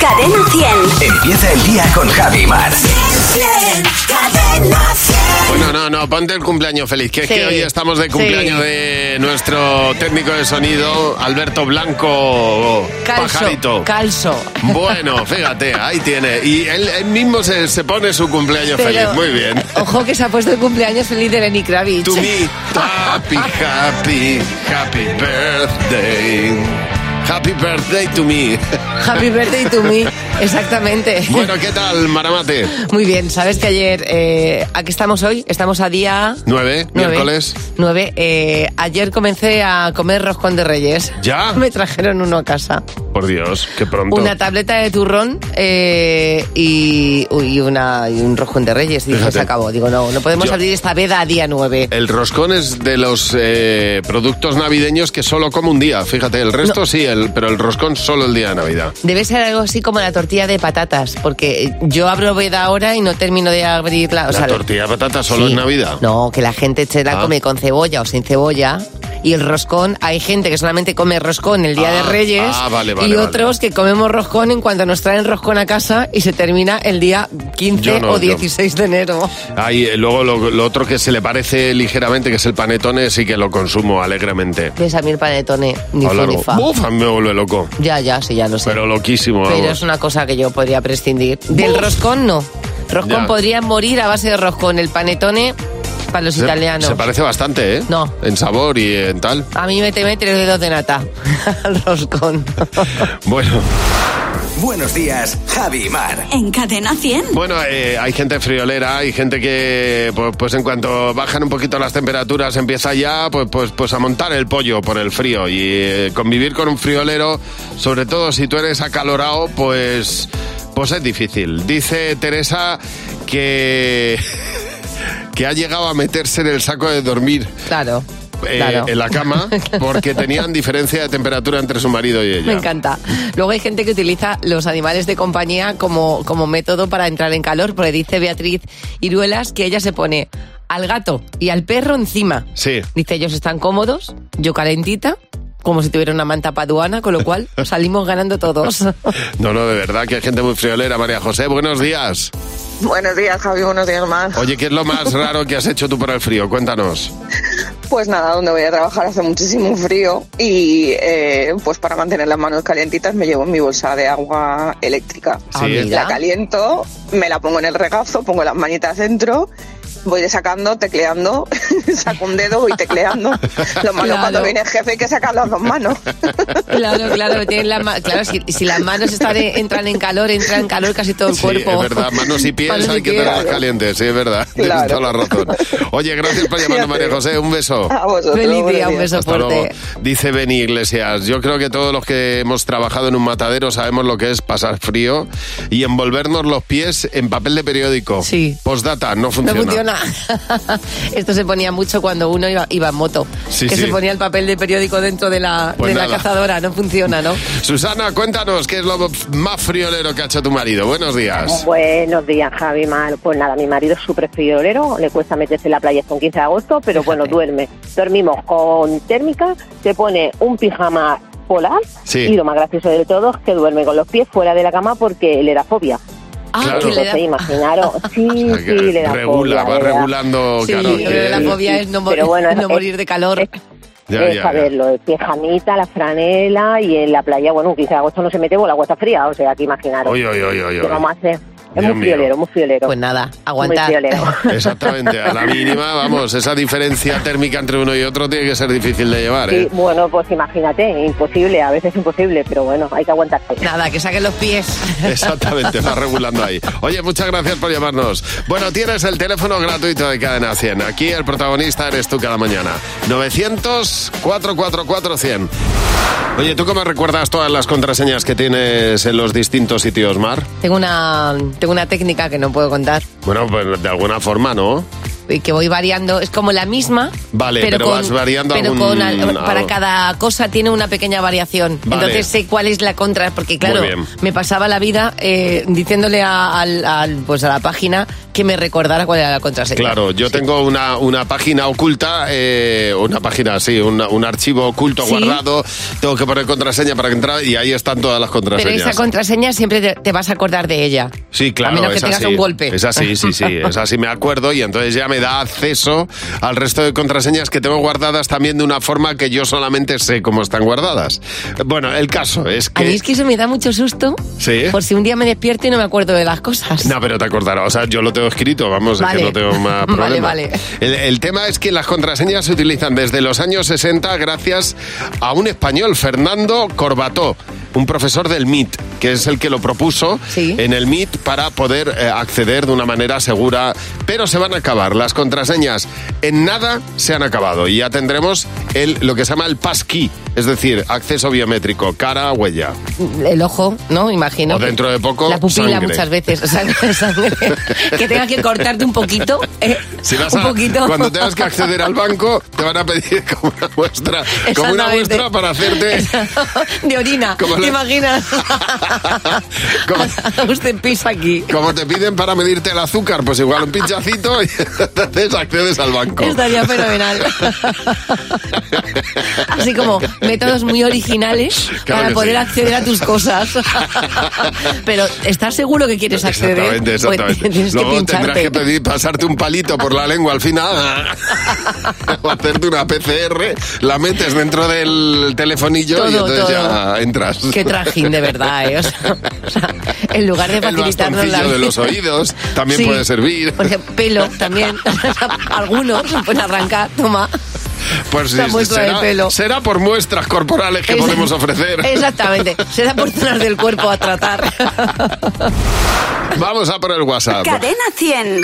Cadena 100. Empieza el día con Javi Mar. Cadena 100. Bueno, no, no, ponte el cumpleaños feliz, que es Sí. que hoy estamos de cumpleaños Sí. de nuestro técnico de sonido, Alberto Blanco Calso. Pajarito. Calso. Bueno, fíjate, ahí tiene. Y él, él mismo se, se pone su cumpleaños Pero- feliz, muy bien. Ojo que se ha puesto el cumpleaños feliz de Lenny Kravitz. To me, happy, happy, happy birthday. Happy birthday to me. Happy birthday to me. Exactamente. Bueno, ¿qué tal, Maramate? Muy bien, sabes que ayer, eh, aquí estamos hoy, estamos a día ¿Nueve? nueve. ¿Miércoles? Nueve. Eh, ayer comencé a comer roscón de reyes. ¿Ya? Me trajeron uno a casa. Por Dios, qué pronto. Una tableta de turrón eh, y, uy, y una, y un roscón de reyes. Y dije, Fíjate. se acabó. Digo, no, no podemos Yo- abrir esta veda a día nueve. El roscón es de los eh, productos navideños que solo como un día. Fíjate, el resto sí, el, pero el roscón solo el día de Navidad. Debe ser algo así como la tortilla de patatas, porque yo abro veda ahora y no termino de abrirla. O la sea, tortilla de patata solo sí. en Navidad. No, que la gente se la Ah. come con cebolla o sin cebolla. Y el roscón, hay gente que solamente come roscón el día Ah, de Reyes ah, vale, vale, y vale. otros que comemos roscón en cuanto nos traen roscón a casa y se termina el día 15 Yo o no, yo- 16 de enero. Hay eh, luego lo, lo otro que se le parece ligeramente, que es el panetone, sí que lo consumo alegremente. Ves a mí el panetone, ni fu Hablar- ni fa. Uf, a mí me vuelve loco. Ya, ya, sí, ya lo sé. Pero loquísimo. Pero vamos. es una cosa que yo podría prescindir. Del roscón no. Roscón Ya. podría morir a base de roscón. El panetone para los Se- italianos. Se parece bastante, ¿eh? No. En sabor y en tal. A mí me teme tres dedos de nata al roscón. Bueno, Buenos días, Javi Mar. En Cadena 100. bueno, eh, hay gente friolera, hay gente que, pues, pues en cuanto bajan un poquito las temperaturas, empieza ya, pues, pues, pues a montar el pollo por el frío y eh, convivir con un friolero, sobre todo si tú eres acalorado, pues, pues es difícil. Dice Teresa que que ha llegado a meterse en el saco de dormir. Claro. eh, claro. en la cama porque tenían diferencia de temperatura entre su marido y ella. Me encanta. Luego hay gente que utiliza los animales de compañía como, como método para entrar en calor, porque dice Beatriz Iruelas que ella se pone al gato y al perro encima. Sí. Dice, ellos están cómodos, yo calentita, como si tuviera una manta paduana, con lo cual salimos ganando todos. No, no, de verdad que hay gente muy friolera, María José. Buenos días. Buenos días, Javi, buenos días, más. Oye, ¿qué es lo más raro que has hecho tú para el frío? Cuéntanos. Pues nada, donde voy a trabajar hace muchísimo frío y eh, pues para mantener las manos calientitas me llevo mi bolsa de agua eléctrica. Ah, Sí. mira. La caliento, me la pongo en el regazo, pongo las manitas dentro, voy sacando, tecleando, saco un dedo y tecleando. Lo malo Claro. cuando viene el jefe hay que sacar las dos manos. Claro, claro, tienen la ma- claro si, si las manos están en- entran en calor, entra en calor casi todo el Sí, cuerpo. es verdad. Manos y pies Manos y hay que pies. tenerlas calientes. Sí, es verdad. Tienes Claro. toda la razón. Oye, gracias por Fíjate. llamarnos, María José. Un beso. A vosotros, Feliz buenos día, un días. beso Oh. Hasta luego. fuerte. Dice Beni Iglesias, yo creo que todos los que hemos trabajado en un matadero sabemos lo que es pasar frío y envolvernos los pies en papel de periódico. Sí. Postdata, no No funciona. funciona. Esto se ponía mucho cuando uno iba, iba en moto, Sí, que sí. se ponía el papel de periódico dentro de la, Pues de la nada. cazadora. No funciona, ¿no? Susana, cuéntanos qué es lo más friolero que ha hecho tu marido. Buenos días. Buenos días, Javi Mal. Pues nada, mi marido es súper friolero, le cuesta meterse en la playa hasta un 15 de agosto, pero bueno, duerme. Dormimos con térmica, se pone un pijama polar Sí. y lo más gracioso de todo es que duerme con los pies fuera de la cama porque le da fobia. Ah, Claro. que le da- Entonces, imaginaros, sí, O sea, sí, que le da fobia. regula, va le da- regulando, Sí, claro. lo que- de la fobia es no, mor- Pero bueno, es- no morir de calor. Ya, es ya, ya. saberlo, el pijamita, la franela y en la playa, bueno, un 15 de agosto no se mete porque el agua está fría, o sea, que imaginaros. Oye, oye, oye, oye, ¿Qué vamos a hacer? Es muy Dios mío. friolero, muy friolero. Pues nada, muy aguantar. friolero. Exactamente, a la mínima, vamos, esa diferencia térmica entre uno y otro tiene que ser difícil de llevar, Sí, ¿eh? bueno, pues imagínate, imposible, a veces imposible, pero bueno, hay que aguantar. Nada, que saquen los pies. Exactamente, va regulando ahí. Oye, muchas gracias por llamarnos. Bueno, tienes el teléfono gratuito de Cadena 100. Aquí el protagonista eres tú cada mañana. 900-444-100. Oye, ¿tú cómo recuerdas todas las contraseñas que tienes en los distintos sitios, Mar? Tengo una, tengo una técnica que no puedo contar. Bueno, pues de alguna forma, ¿no? que voy variando, es como la misma. Vale, pero vas variando pero algún- con al- para algo. cada cosa tiene una pequeña variación. Vale. Entonces sé cuál es la contra, porque claro, Muy bien. me pasaba la vida eh, diciéndole a, al- al- pues a la página que me recordara cuál era la contraseña. Claro, yo tengo una, una página oculta, eh, una página, sí, una- un archivo oculto Sí. guardado. Tengo que poner contraseña para entrar y ahí están todas las Pero contraseñas. esa contraseña siempre te, te vas a acordar de ella. Sí, claro, menos que es tengas así. un golpe. Es así, sí, sí. Es así, me acuerdo y entonces ya me da acceso al resto de contraseñas que tengo guardadas también de una forma que yo solamente sé cómo están guardadas. Bueno, el caso es A mí que... es que eso me da mucho susto Sí. por si un día me despierto y no me acuerdo de las cosas. No, pero te acordarás. O sea, yo lo tengo escrito, vamos, Pues Vale. Pues es que no tengo más Vale, problema. vale. El, el tema es que las contraseñas se utilizan desde los años 60 gracias a un español, Fernando Corbató, un profesor del MIT, que es el que lo propuso en el MIT para poder eh, acceder de una manera segura. Pero se van a acabar. Las contraseñas en nada se han acabado y ya tendremos el, lo que se llama el passkey, es decir, acceso biométrico, cara, huella. El ojo, ¿no? Imagino. O dentro de poco, La pupila sangre. muchas veces. Sangre, sangre. que tengas que cortarte un poquito. eh, Si vas un a- poquito. Cuando tengas que acceder al banco, te van a pedir como una muestra, como una Exactamente. muestra para hacerte de orina. Como ¿Te la- imaginas? Usted pisa aquí. como te piden para medirte el azúcar, pues igual un pinchacito y entonces accedes al banco. Estaría fenomenal. Así como métodos muy originales Claro que para poder sí. acceder a tus cosas. Pero ¿estás seguro que quieres acceder? Exactamente, Pues exactamente. tienes que Luego pincharte. tendrás que pedir pasarte un palito por la lengua al final o hacerte una PCR, la metes dentro del telefonillo y Todo, entonces todo. ya entras. Qué trajín, de verdad, ¿eh? O sea, o sea, en lugar de El facilitarnos la bastoncillo de vida. los oídos también puede servir. Por ejemplo, pelo también. Algunos, pues arranca, toma. Pues sí, Esa muestra de será, pelo. será por muestras corporales que Esa- podemos ofrecer. Exactamente. Se da por zonas del cuerpo a tratar. Vamos a por el WhatsApp. Cadena 100.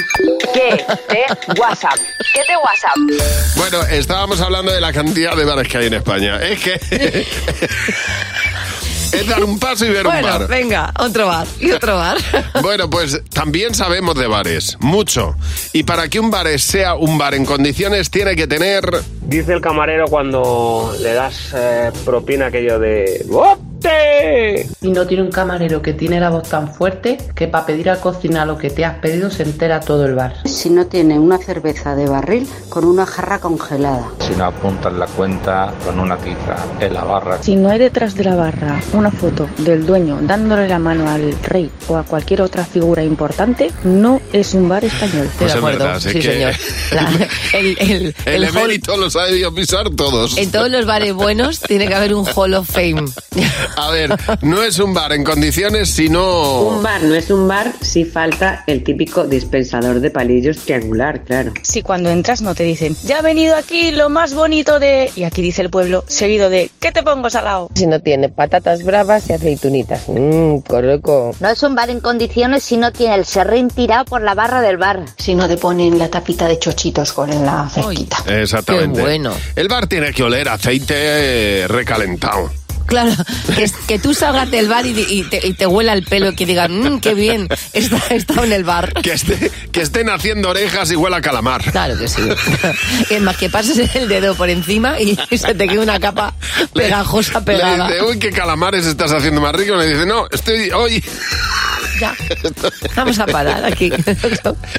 ¿Qué te WhatsApp? ¿Qué te WhatsApp? Bueno, estábamos hablando de la cantidad de bares que hay en España. Es que... es dar un paso y ver un Bueno, bar. venga, otro bar y otro bar. Bueno, pues también sabemos de bares, mucho. Y para que un bar sea un bar en condiciones tiene que tener... Dice el camarero cuando le das eh, propina aquello de ¡Oh! ¡Bote! Y no tiene un camarero que tiene la voz tan fuerte que para pedir a cocina lo que te has pedido se entera todo el bar. Si no tiene una cerveza de barril con una jarra congelada. Si no apuntan la cuenta con una tiza en la barra. Si no hay detrás de la barra una foto del dueño dándole la mano al rey o a cualquier otra figura importante, no es un bar español. Pues es verdad, sí sí, que- señor. La- el, el- El, el hall- emérito lo sabe Dios pisar todos. en todos los bares buenos tiene que haber un Hall of Fame. A ver, no es un bar en condiciones sino... Un bar no es un bar si falta el típico dispensador de palillos triangular, claro. Si cuando entras no te dicen, ya ha venido aquí lo más bonito de... Y aquí dice el pueblo, seguido de, ¿qué te pongo salado? Si no tiene patatas bravas y aceitunitas. Mmm, correcto. No es un bar en condiciones si no tiene el serrín tirado por la barra del bar. Si no te ponen la tapita de chochitos con la fresquita. Exactamente. Qué bueno. El bar tiene que oler a aceite eh, recalentado. Claro, que, es- que tú salgas del bar y, di- y te, y te huela el pelo y que digas, mmm, qué bien, he esta- he estado en el bar. Que, esté- que estén haciendo orejas y huela a calamar. Claro que sí. Es más, que pases el dedo por encima y se te queda una capa pegajosa pegada. Le dice, uy, qué calamares estás haciendo más rico. Le dice, no, estoy hoy. Ya. Vamos a parar aquí.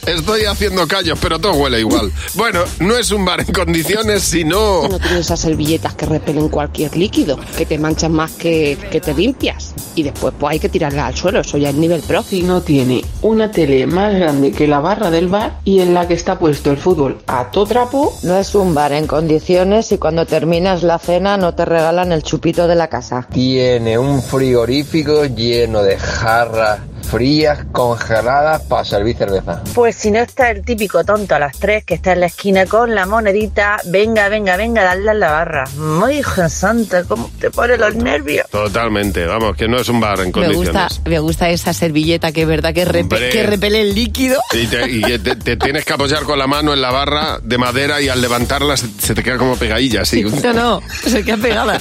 Estoy haciendo callos, pero todo huele igual. Bueno, no es un bar en condiciones, sino. No tienes esas servilletas que repelen cualquier líquido, que te manchan más que, que te limpias. Y después pues hay que tirarla al suelo, eso ya es nivel pro. Si no tiene una tele más grande que la barra del bar y en la que está puesto el fútbol a todo trapo, No es un bar en condiciones y cuando terminas la cena no te regalan el chupito de la casa. Tiene un frigorífico lleno de jarras frías congeladas para servir cerveza. Pues si no está el típico tonto a las 3 que está en la esquina con la monedita, venga, venga, venga, dale a la barra. Muy hija santa, ¿cómo te pone los nervios? Totalmente, vamos, que no es un bar en Me gusta, condiciones. me gusta esa servilleta que es verdad que, repe- Hombre. que repele el líquido. Y, te, y que te- te tienes que apoyar con la mano en la barra de madera y al levantarla se, se te queda como pegadilla, así. No, no, se queda pegada.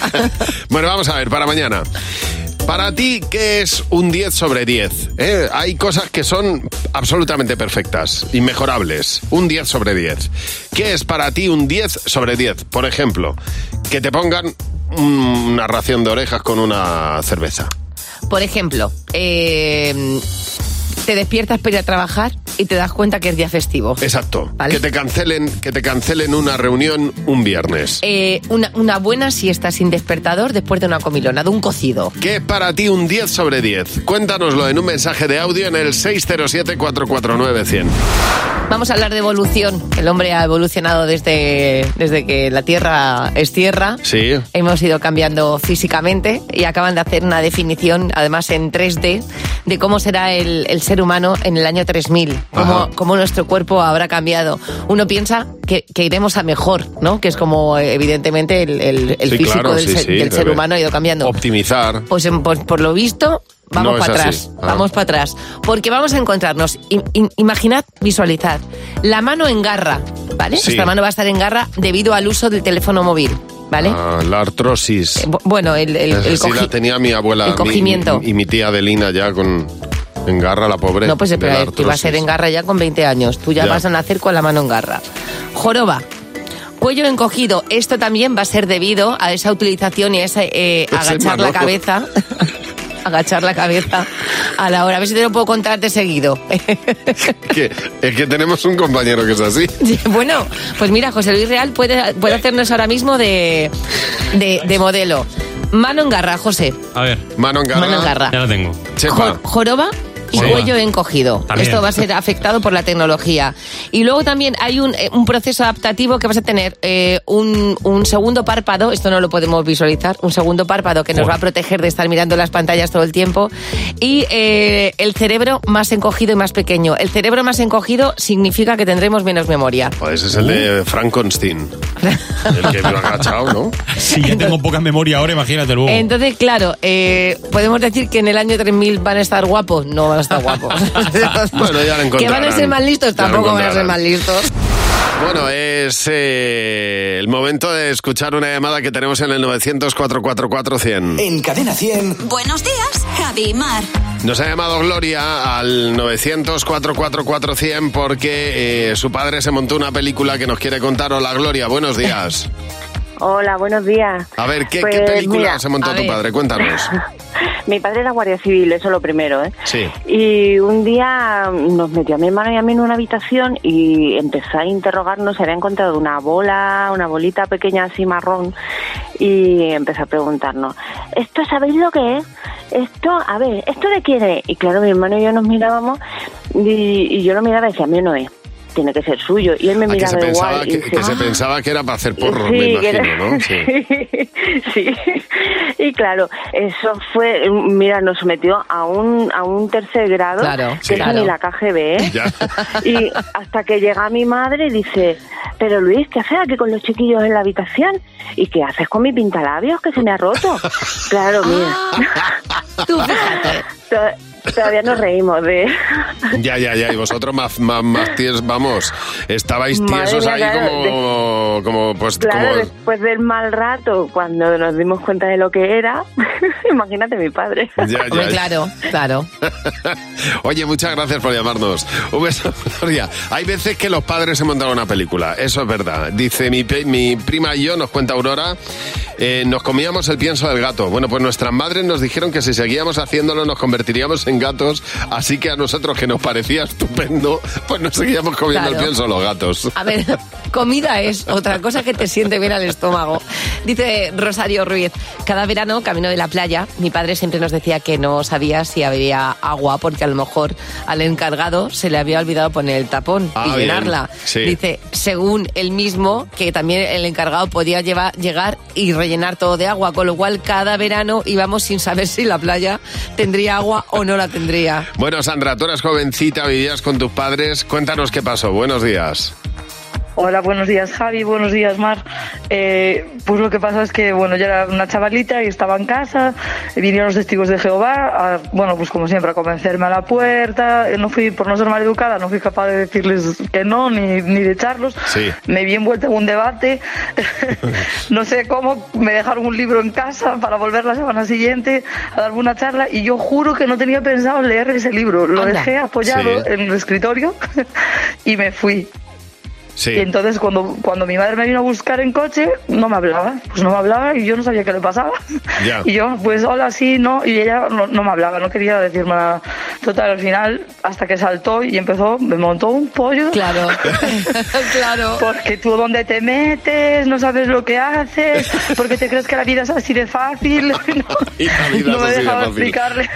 Bueno, vamos a ver, para mañana. Para ti, ¿qué es un 10 sobre 10? ¿Eh? Hay cosas que son absolutamente perfectas, inmejorables. Un 10 sobre 10. ¿Qué es para ti un 10 sobre 10? Por ejemplo, que te pongan una ración de orejas con una cerveza. Por ejemplo, eh, te despiertas para ir a trabajar y te das cuenta que es día festivo. Exacto. Que te cancelen, que te cancelen una reunión un viernes. Eh, una, una buena siesta sin despertador después de una comilona, de un cocido. ¿Qué es para ti un 10 sobre 10? Cuéntanoslo en un mensaje de audio en el 607-449-100. Vamos a hablar de evolución. El hombre ha evolucionado desde, desde que la Tierra es Tierra. Sí. Hemos ido cambiando físicamente y acaban de hacer una definición, además en 3D, de cómo será el, el ser humano en el año 3000, cómo, cómo nuestro cuerpo habrá cambiado. Uno piensa que, que iremos a mejor, ¿no? Que es como eh, evidentemente el, el- el Sí, físico claro, del, sí, ser, sí, del ser debe. humano ha ido cambiando. Optimizar. Pues, en- pues, por lo visto, vamos No es para así. atrás. Ah. Vamos para atrás. Porque vamos a encontrarnos. im- im- imaginad, visualizad. La mano en garra, ¿vale? Sí. Esta mano va a estar en garra debido al uso del teléfono móvil, ¿vale? Ah, la artrosis. Bu- Bueno, el, el, el Esa sí cogi- la tenía mi abuela el mi- cogimiento. y mi tía Adelina ya con engarra la pobre. No, pues de la espera, tú vas a artrosis. ser en garra ya con 20 años. Tú ya, Ya. vas a nacer con la mano en garra. Joroba. Cuello encogido. Esto también va a ser debido a esa utilización y a esa, eh, Ese agachar Manolo. la cabeza. agachar la cabeza a la hora. A ver si te lo puedo contar de seguido. Que- es que tenemos un compañero que es así. bueno, pues mira, José Luis Real puede, puede hacernos ahora mismo de, de, de modelo. Mano en garra, José. A ver. Mano en garra. Mano en garra. Ya lo tengo. Jo- joroba y Joroba. cuello encogido. También. Esto va a ser afectado por la tecnología. Y luego también hay un, eh, un proceso adaptativo que vas a tener eh, un, un segundo párpado, esto no lo podemos visualizar, un segundo párpado que nos Joder. va a proteger de estar mirando las pantallas todo el tiempo. Y eh, el cerebro más encogido y más pequeño. El cerebro más encogido significa que tendremos menos memoria. Joder, ese es el de Uh. Frankenstein. El que me lo ha agachado, ¿no? Si ya tengo poca memoria ahora, imagínate luego. Entonces, claro, eh, podemos decir que en el año 3000 van a estar guapos. No van a estar guapos. Ah. bueno, ya lo encontrarán. que van a ser más listos, Ya lo tampoco van a ser encontrarán. más listos. Bueno, es eh, el momento de escuchar una llamada que tenemos en el 900-444-100. En Cadena 100. Buenos días, Javi y Mar. Nos ha llamado Gloria al 900-444-100 porque eh, su padre se montó una película que nos quiere contar. Hola, Gloria, buenos días. Hola, buenos días. A ver, ¿qué, qué Pues, película mira, se montó a tu ver. padre? Cuéntanos. Mi padre era guardia civil, eso lo primero, ¿eh? Sí. Y un día nos metió a mi hermano y a mí en una habitación y empezó a interrogarnos. Había encontrado una bola, una bolita pequeña así marrón y empezó a preguntarnos, ¿esto sabéis lo que es? Esto, a ver, ¿esto de quién es? Y claro, mi hermano y yo nos mirábamos y, y yo lo miraba y decía, mío no es, tiene que ser suyo. Y él me Ah, que miraba se, pensaba igual. y que, que decía, se "Ah". pensaba que era para hacer porros, me Sí, que era- imagino, ¿no? Sí. Sí. Y claro, eso fue, mira, nos sometió a un, a un tercer grado, Claro, que sí. es Claro. ni la KGB, ¿eh? Ya. Y hasta que llega mi madre y dice, pero Luis, ¿qué haces aquí con los chiquillos en la habitación? ¿Y qué haces con mi pintalabios que se me ha roto? Claro, mira. Tú fíjate. Todavía nos reímos de... Ya, ya, ya. Y vosotros más, más, más tiesos, vamos, estabais Madre tiesos mía, ahí claro, como, como, pues, Claro, como... después del mal rato, cuando nos dimos cuenta de lo que era, imagínate mi padre. Ya, ya, ya. Claro, claro. Oye, muchas gracias por llamarnos. Un beso, Gloria. Hay veces que los padres se montan una película, eso es verdad. Dice mi, pe- mi prima y yo, nos cuenta Aurora, eh, nos comíamos el pienso del gato. Bueno, pues nuestras madres nos dijeron que si seguíamos haciéndolo nos convertiríamos en gatos, así que a nosotros que nos parecía estupendo, pues nos seguíamos comiendo el Claro. pienso de los gatos. A ver, comida es otra cosa que te siente bien al estómago. Dice Rosario Ruiz, cada verano, camino de la playa, mi padre siempre nos decía que no sabía si habría agua porque a lo mejor al encargado se le había olvidado poner el tapón Ah, y bien, llenarla. sí. Dice, según él mismo, que también el encargado podía llevar, llegar y rellenar todo de agua, con lo cual cada verano íbamos sin saber si la playa tendría agua o no la tendría. Bueno, Sandra, tú eras jovencita, vivías con tus padres. Cuéntanos qué pasó. Buenos días. Hola, buenos días Javi, buenos días Mar. Eh, pues lo que pasa es que, bueno, yo era una chavalita y estaba en casa, vinieron los testigos de Jehová, a- bueno, pues como siempre, a convencerme a la puerta, Eh, no fui, por no ser mal educada, no fui capaz de decirles que no, ni, ni de echarlos. Sí. Me vi envuelta en un debate, no sé cómo, me dejaron un libro en casa para volver la semana siguiente a dar una charla y yo juro que no tenía pensado leer ese libro, lo Anda. dejé apoyado Sí. en el escritorio y me fui. Sí. Y entonces cuando, cuando mi madre me vino a buscar en coche, no me hablaba, pues no me hablaba y yo no sabía qué le pasaba. Ya. Y yo, pues hola, sí, no, y ella no, no me hablaba, no quería decirme nada. Total, al final, hasta que saltó y empezó, me montó un pollo. Claro, claro. Porque tú dónde te metes, no sabes lo que haces, porque te crees que la vida es así de fácil. No, Y la vida no me es así de dejaba fácil. explicarle.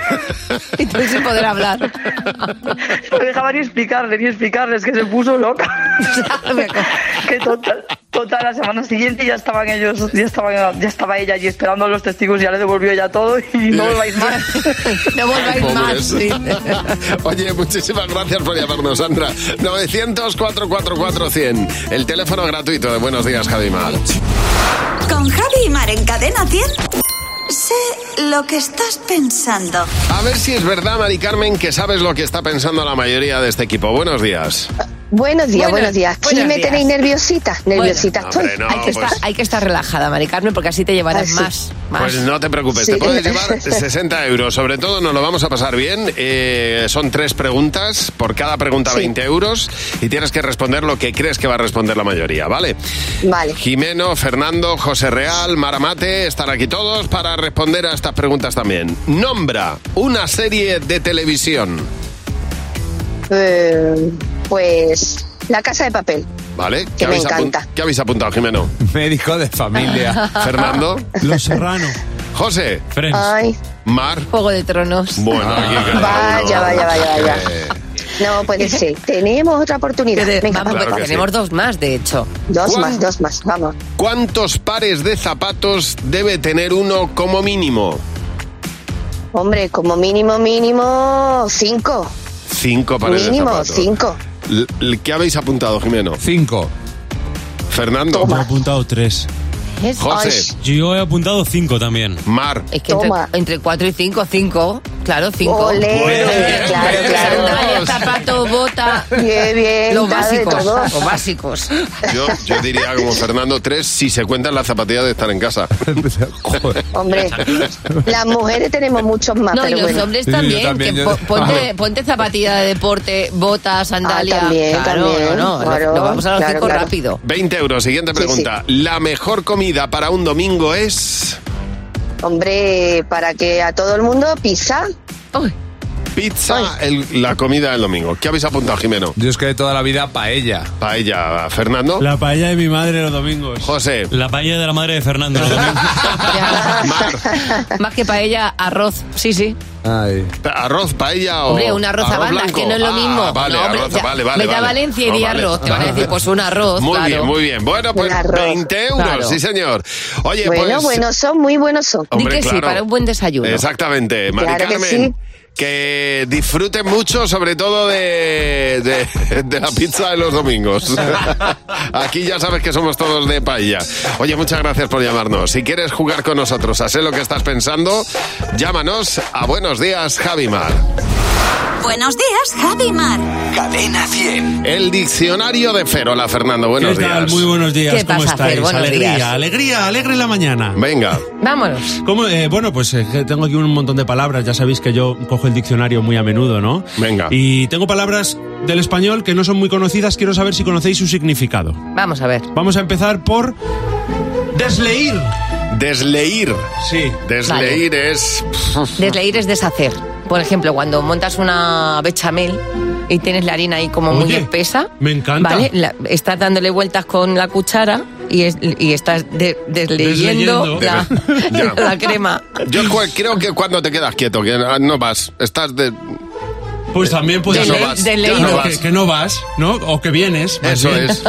Entonces sin poder hablar. No me dejaba ni explicarle, ni explicarles que se puso loca. que total, total, la semana siguiente ya estaban ellos, ya estaban, ya estaba ella allí esperando a los testigos, ya le devolvió ya todo y no volváis más. no Ay, pobres. Oye, muchísimas gracias por llamarnos, Sandra. 900-444-100. El teléfono gratuito de Buenos Días, Javimar. Con Javi y Mar en Cadena 100. Sé lo que estás pensando. A ver si es verdad, Mari Carmen, que sabes lo que está pensando la mayoría de este equipo. Buenos días. Buenos días, Buenas- buenos días. Aquí buenos me días. tenéis nerviosita, nerviosita Bueno, estoy. hombre, no, hay, que pues- estar, hay que estar relajada, Mari Carmen, porque así te llevarás Así. más, más. Pues no te preocupes, Sí. te puedes llevar 60 euros. Sobre todo nos lo vamos a pasar bien. Eh, son tres preguntas, por cada pregunta 20 euros y tienes que responder lo que crees que va a responder la mayoría, ¿vale? Vale. Jimeno, Fernando, José Real, Maramate, están aquí todos para responder a estas preguntas también. Nombra una serie de televisión, Eh, pues la casa de papel. ¿vale? Que me habéis apun- encanta. ¿Qué habéis apuntado, Jimeno? Médico de familia. Fernando. Los Serrano. José. Ay, Mar. Juego de Tronos. Ah. Bueno, aquí Ah. cada uno. Vaya, vaya, vaya, vaya. Eh, no puede ser. Tenemos otra oportunidad. Venga, Vamos, vamos. Claro que tenemos sí. dos más, de hecho. Dos ¿Cuál? más, dos más, vamos. Eh, ¿Cuántos pares de zapatos debe tener uno como mínimo? Hombre, como mínimo, mínimo cinco. Cinco pares de Mínimo zapatos. cinco. L- l- ¿Qué habéis apuntado, Jimeno? Cinco. Fernando. Yo he apuntado tres. José. Yo he apuntado cinco también. Mar. Es que entre, Toma. entre cuatro y cinco, cinco. Claro, cinco. Olé, Bueno, claro, entre claro. Sandalia, zapato, bota. Bien, bien, Los dado de básicos. todo. Los básicos. Yo, yo diría como Fernando tres si se cuentan las zapatillas de estar en casa. Hombre, las mujeres tenemos muchos más, No, y pero los bueno. hombres Sí, yo también. también, que yo- po- ponte, Vale. ponte zapatilla de deporte, bota, sandalia. Ah, también, claro, también, no, no, claro, nos vamos a los claro, cinco claro. rápido. 20 euros. Siguiente pregunta. La mejor comida para un domingo es Hombre, para que a todo el mundo pisa. pizza, el- la comida del domingo. ¿Qué habéis apuntado, Jimeno? Yo es que de toda la vida paella. Paella, Fernando. La paella de mi madre los domingos. José. La paella de la madre de Fernando los domingos. Más que paella, arroz. Sí, sí. ¿Arroz, paella Ah, o...? Hombre, un arroz a banda, blanco? que no es lo Ah, mismo. vale, No, hombre, arroz, ya- vale, vale. vete a vale. Valencia y No, di vale. arroz. Te van a decir, pues un arroz, Muy claro. bien, muy bien. Bueno, pues Un arroz. 20 euros, Claro. sí señor. Oye, bueno, pues... buenos son, muy buenos son. Di Hombre, que sí, claro. para un buen desayuno. Exactamente, Mari Claro que Carmen. Que, sí. disfruten mucho, sobre todo de, de- de la pizza de los domingos. Aquí ya sabes que somos todos de paella. Oye, muchas gracias por llamarnos. Si quieres jugar con nosotros a sé lo que estás pensando, llámanos a Buenos Días, Javimar. Buenos días, Javi y Mar. Cadena 100. El diccionario de Ferola, Fernando. Buenos ¿Qué días. tal? Muy buenos días. ¿Qué ¿Cómo pasa, Fer? estáis? Buenos alegría, días. alegría, alegre la mañana. Venga. Vámonos. ¿Cómo, eh, bueno, pues eh, que tengo aquí un montón de palabras. Ya sabéis que yo cojo el diccionario muy a menudo, ¿no? Venga. Y tengo palabras del español que no son muy conocidas. Quiero saber si conocéis su significado. Vamos a ver. Vamos a empezar por desleír. Desleír. Sí. Desleír es... Desleír es deshacer. Por ejemplo, cuando montas una bechamel y tienes la harina ahí como muy Oye, espesa, Me encanta. ¿vale? La- estás dándole vueltas con la cuchara y, es- y estás de- desleyendo, Desleyendo. la, Ya. la crema. Yo cua- creo que cuando te quedas quieto, que ah, no vas, estás de... Pues también puede Ya no ser. vas, ya Desleír. no vas. que, que no vas, ¿no? O que vienes. más Eso bien. es.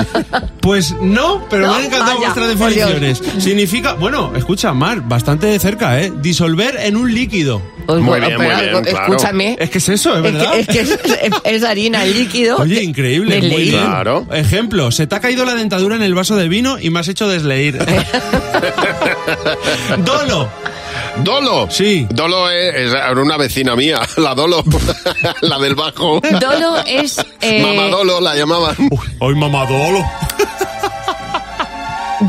Pues no, pero No, me han encantado vaya, vuestras por Dios. definiciones. Significa, bueno, escucha, Mar, bastante de cerca, ¿eh? Disolver en un líquido. Pues Muy bueno, bien, pero muy bien, algo- claro. escúchame. Es que es eso, es Es verdad. que, es, que es- es- es harina, el líquido. Oye, que- increíble. de Muy leír. bien. Ejemplo, se te ha caído la dentadura en el vaso de vino y me has hecho desleír. Dolo. Dolo. Sí. Dolo es, es una vecina mía, la Dolo, la del bajo. Dolo es. eh, Mamadolo la llamaban. Hoy mamadolo.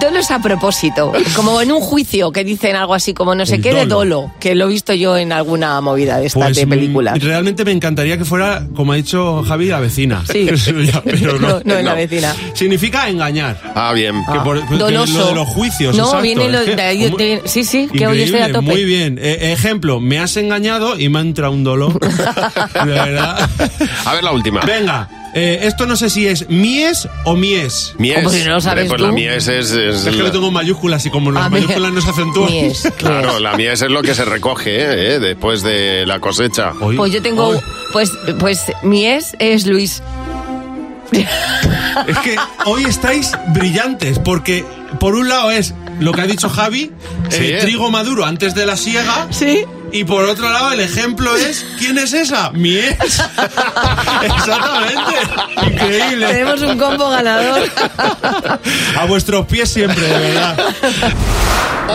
Dolo es a propósito. Como en un juicio que dicen algo así como no sé El qué de dolo. dolo, que lo he visto yo en alguna movida de estas Pues, de mm, películas. Realmente me encantaría que fuera, como ha dicho Javi, la vecina. Sí. Ya, pero no, No, no es la vecina. Significa engañar. Ah, bien. Que por- que lo de los juicios. No, exacto, viene lo es que- de ahí- de- sí, sí, que hoy estoy Increíble, a tope. Muy bien. Eh, ejemplo, me has engañado y me ha entrado un dolor. De verdad. A ver la última. Venga, eh, esto no sé si es mies o mies. Mies. Hombre, pues la mies es. Es que lo tengo en mayúsculas y como las Ah, mira. mayúsculas no se acentúan. Claro, la mies es lo que se recoge eh, eh, después de la cosecha. Pues yo tengo. Pues, pues mi es es Luis. Es que hoy estáis brillantes porque por un lado es lo que ha dicho Javi, Sí, el eh. trigo maduro antes de la siega. Sí. Y por otro lado el ejemplo es ¿quién es esa? Mi ex. Exactamente. Increíble. Tenemos un combo ganador. A vuestros pies siempre, de verdad.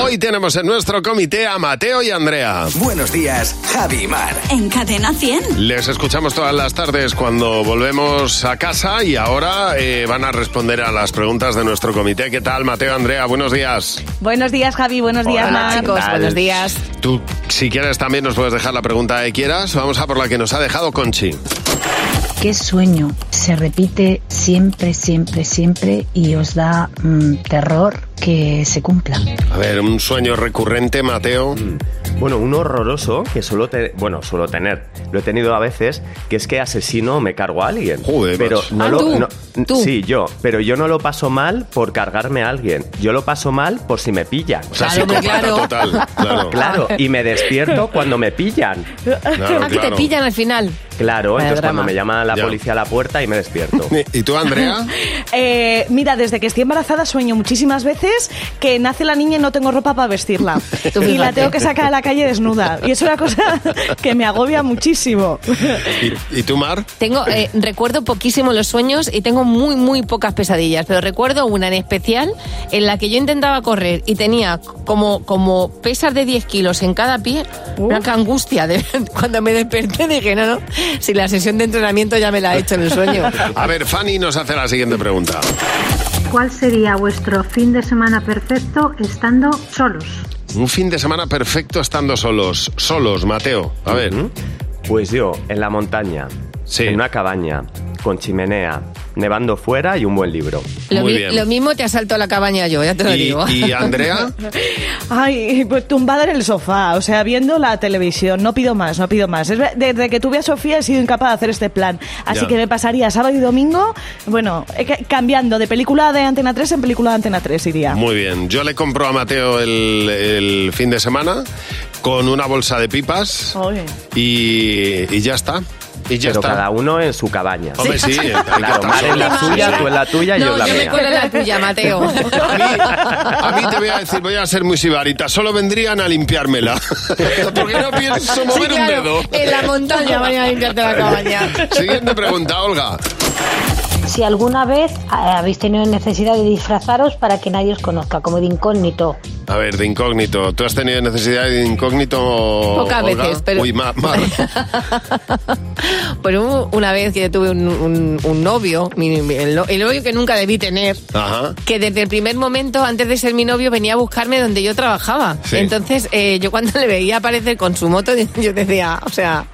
Hoy tenemos en nuestro comité a Mateo y Andrea. Buenos días, Javi y Mar. En Cadena 100. Les escuchamos todas las tardes cuando volvemos a casa y ahora eh, van a responder a las preguntas de nuestro comité. ¿Qué tal, Mateo, Andrea? Buenos días. Buenos días, Javi. Buenos días, Mar. Hola, ¿qué tal? días. Tú, si quieres, también nos puedes dejar la pregunta que quieras. Vamos a por la que nos ha dejado Conchi. ¿Qué sueño se repite siempre, siempre, siempre y os da mm, terror que se cumpla? A ver, un sueño recurrente, Mateo. Mm. Bueno, un horroroso que suelo, te- bueno, suelo tener, lo he tenido a veces, que es que asesino o me cargo a alguien. pero macho. no Ah, lo, tú, no- Sí, yo, pero yo no lo paso mal por cargarme a alguien. Yo lo paso mal por si me pillan. O sea, Claro, hombre, psicópata claro. total, claro. Claro, y me despierto cuando me pillan. ah, que te pillan al final. Claro, Vaya entonces drama. cuando me llama la Ya. policía a la puerta y me despierto. ¿Y tú, Andrea? Eh, mira, desde que estoy embarazada sueño muchísimas veces que nace la niña y no tengo ropa para vestirla. Tú y fíjate. la tengo que sacar a la calle desnuda. Y es una cosa que me agobia muchísimo. ¿Y, y tú, Mar? Tengo, eh, recuerdo poquísimo los sueños y tengo muy, muy pocas pesadillas, pero recuerdo una en especial en la que yo intentaba correr y tenía como, como pesas de 10 kilos en cada pie, una angustia. De, cuando me desperté dije, no, no, si la sesión de entrenamiento ya me la he hecho en el sueño. A ver, Fanny nos hace la siguiente pregunta. ¿Cuál sería vuestro fin de semana perfecto estando solos? Un fin de semana perfecto estando solos. Solos, Mateo. A ver. Pues yo, en la montaña, en una cabaña, con chimenea, nevando fuera y un buen libro. Lo, mi- lo mismo te asalto a la cabaña yo, ¿eh? ya te lo Y- digo. y Andrea, Ay, pues tumbada en el sofá, o sea, viendo la televisión. No pido más, no pido más. Es ver- desde que tuve a Sofía he sido incapaz de hacer este plan. Así Ya. que me pasaría sábado y domingo, bueno, eh, ca- cambiando de película de Antena 3 en película de Antena 3 iría. Muy bien. Yo le compro a Mateo el, el fin de semana con una bolsa de pipas Oye. y, y ya está. Y ya pero está. cada uno en su cabaña. Hombre, sí, hay que claro, estar Mar en la solos. suya, tú en la tuya y yo en la yo me mía. cuelo en la tuya, Mateo. A mí te voy a decir, voy a ser muy sibarita. Solo vendrían a limpiármela. Porque no pienso mover Sí, claro, un dedo. En la montaña vayan a limpiarte la cabaña. Siguiente pregunta, Olga. Si alguna vez eh, habéis tenido necesidad de disfrazaros para que nadie os conozca, como de incógnito. A ver, de incógnito. ¿Tú has tenido necesidad de incógnito? Pocas Olga? veces, pero- Uy, Mar. Pues un- una vez que yo tuve un, un- un novio, mi- mi- el, no- el novio que nunca debí tener, Ajá. que desde el primer momento, antes de ser mi novio, venía a buscarme donde yo trabajaba. Sí. Entonces, eh, yo cuando le veía aparecer con su moto, yo decía, o sea,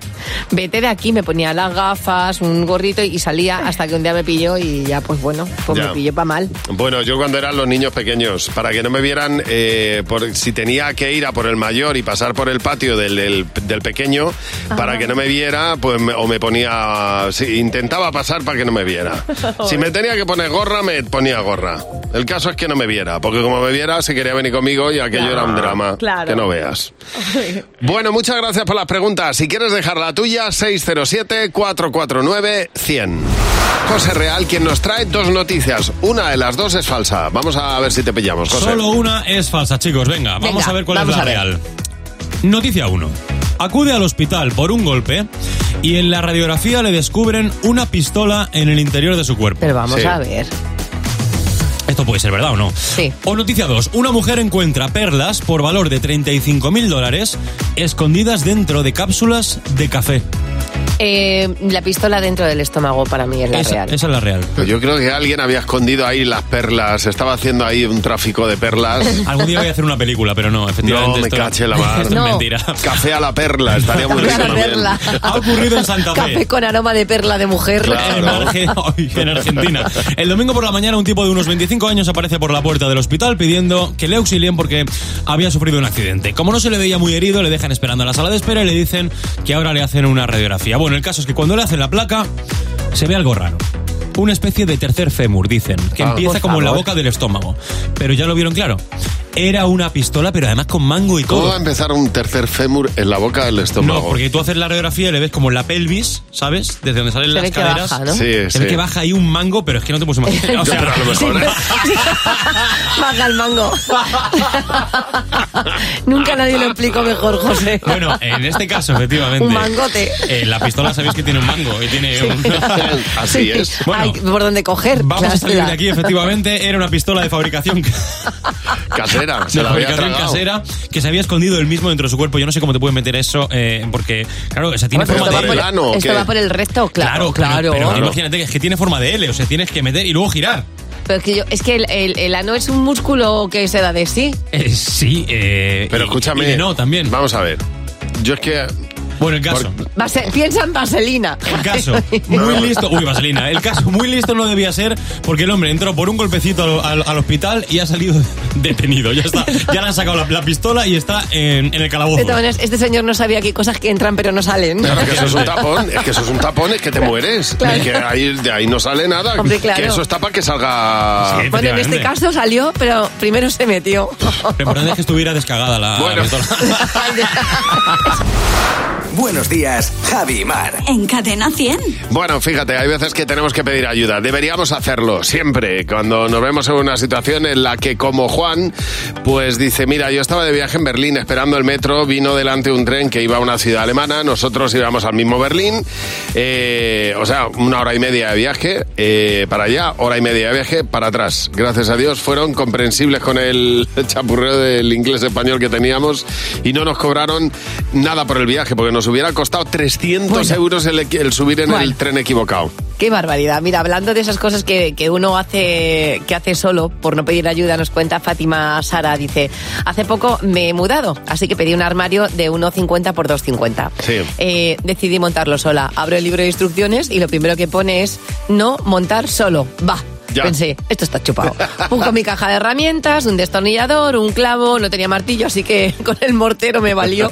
vete de aquí, me ponía las gafas, un gorrito y salía hasta que un día me pilló y ya, pues bueno, pues Ya. me pilló para mal. Bueno, yo cuando eran los niños pequeños, para que no me vieran, eh, por, si tenía que ir a por el mayor y pasar por el patio del, del- del pequeño, para que no me viera, pues me- o me ponía, sí, intentaba pasar para que no me viera. Si me tenía que poner gorra, me ponía gorra. El caso es que no me viera, porque como me viera, se quería venir conmigo y aquello era un drama. Claro. Que no veas. Bueno, muchas gracias por las preguntas. Si quieres dejar la tuya, 607-449-100. José Real, quien nos trae dos noticias. Una de las dos es falsa. Vamos a ver si te pillamos, José. Solo una es falsa, chicos. Venga, vamos Venga, a ver cuál es vamos la a ver. real. Noticia 1. Acude al hospital por un golpe y en la radiografía le descubren una pistola en el interior de su cuerpo. Pero vamos a ver. Esto puede ser verdad o no. Sí. O noticia 2. Una mujer encuentra perlas por valor de 35.000 dólares escondidas dentro de cápsulas de café. Eh, la pistola dentro del estómago para mí es la Esa, real. esa es la real. Pero Pues yo creo que alguien había escondido ahí las perlas. Estaba haciendo ahí un tráfico de perlas. Algún día voy a hacer una película, pero no, efectivamente. No, me esto- caché la mar. esto es No. mentira. Café a la perla, estaría muy rico Claro, también. perla. Ha ocurrido en Santa Fe. Café con aroma de perla de mujer. En, Arge- Ay, en Argentina. El domingo por la mañana un tipo de unos 25 años aparece por la puerta del hospital pidiendo que le auxilien porque había sufrido un accidente. Como no se le veía muy herido, le dejan esperando en la sala de espera y le dicen que ahora le hacen una radiografía. Bueno, el caso es que cuando le hacen la placa se ve algo raro. Una especie de tercer fémur, dicen, que Ah. empieza Por como en la favor. boca del estómago. Pero ya lo vieron claro. Era una pistola, pero además con mango y ¿Cómo todo. va a empezar un tercer fémur en la boca del estómago? No, porque tú haces la radiografía y le ves como la pelvis, ¿sabes? Desde donde salen Se las ve que caderas. baja, ¿no? Sí, se sí. ve que baja ahí un mango, pero es que no te puedes imaginar. O Ya, sea, pero a lo mejor, ¿eh? Baja el mango. Nunca nadie lo explicó mejor, José. Bueno, en este caso, efectivamente. Un mangote. Eh, la pistola sabéis que tiene un mango y tiene un... Sí. Hay por dónde coger. Pues, Vamos claro, a salir de claro. aquí, efectivamente. Era una pistola de fabricación Casera, se de la había fabricación tragado. casera que se había escondido el mismo dentro de su cuerpo. Yo no sé cómo te pueden meter eso, eh, porque, claro, o sea, tiene Bueno, forma de. esto va por- esto va por el resto, claro, Claro, claro. Pero, pero imagínate que es que tiene forma de L, o sea, tienes que meter y luego girar. Pero es que, yo, es que el, el- el ano es un músculo que se da de sí. Eh, sí, eh, Pero escúchame. no, también. Vamos a ver. Yo es que. Bueno, el caso. Vase- piensa en vaselina. El caso, muy listo. Uy, vaselina. ¿eh? El caso, muy listo no debía ser porque el hombre entró por un golpecito al, al- al hospital y ha salido detenido. Ya está. Ya le han sacado la, la pistola y está en, en el De calabozo. todas maneras, este señor no sabía que hay cosas que entran pero no salen. Claro, que eso es un tapón, es que eso es un tapón, es que te mueres. Claro. Es que ahí, de ahí no sale nada. Hombre, claro. Que eso está para que salga. Bueno, en este caso salió, pero primero se metió. Lo importante es que estuviera descagada la, la pistola. Buenos días, Javi y Mar. En Cadena 100. Bueno, fíjate, hay veces que tenemos que pedir ayuda. Deberíamos hacerlo siempre. Cuando nos vemos en una situación en la que, como Juan, pues dice, mira, yo estaba de viaje en Berlín esperando el metro, vino delante un tren que iba a una ciudad alemana, nosotros íbamos al mismo Berlín, eh, o sea, una hora y media de viaje eh, para allá, hora y media de viaje para atrás. Gracias a Dios fueron comprensibles con el chapurreo del inglés-español que teníamos y no nos cobraron nada por el viaje, porque nos hubiera costado 300 euros el, equi- el subir en el tren equivocado. Qué barbaridad. Mira, hablando de esas cosas que, que uno hace, que hace solo por no pedir ayuda, nos cuenta Fátima Sara, dice, hace poco me he mudado, así que pedí un armario de 1,50 por 2,50. Sí. Eh, decidí montarlo sola. Abro el libro de instrucciones y lo primero que pone es no montar solo. Va. Ya. Pensé, esto está chupado. Busco mi caja de herramientas, un destornillador, un clavo, no tenía martillo, así que con el mortero me valió.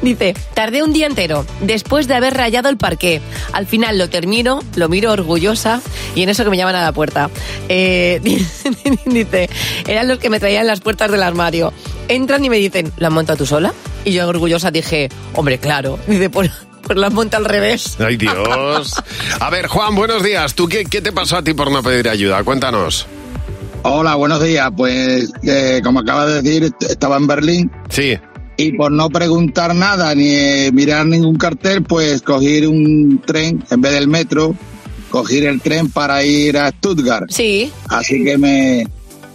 Dice, tardé un día entero, después de haber rayado el parqué. Al final lo termino, lo miro orgullosa y en eso que me llaman a la puerta. Eh, dice, eran los que me traían las puertas del armario. Entran y me dicen, ¿la has montado tú sola? Y yo orgullosa dije, hombre, claro. Dice, pues, pues la has montado al revés. Ay, Dios. A ver, Juan, buenos días. ¿Tú qué, qué te pasó a ti por no pedir ayuda? Cuéntanos. Hola, buenos días. Pues eh, como acaba de decir, est- estaba en Berlín. Sí. Y por no preguntar nada ni eh, mirar ningún cartel, pues cogí un tren en vez del metro, cogí el tren para ir a Stuttgart. Sí. Así que me,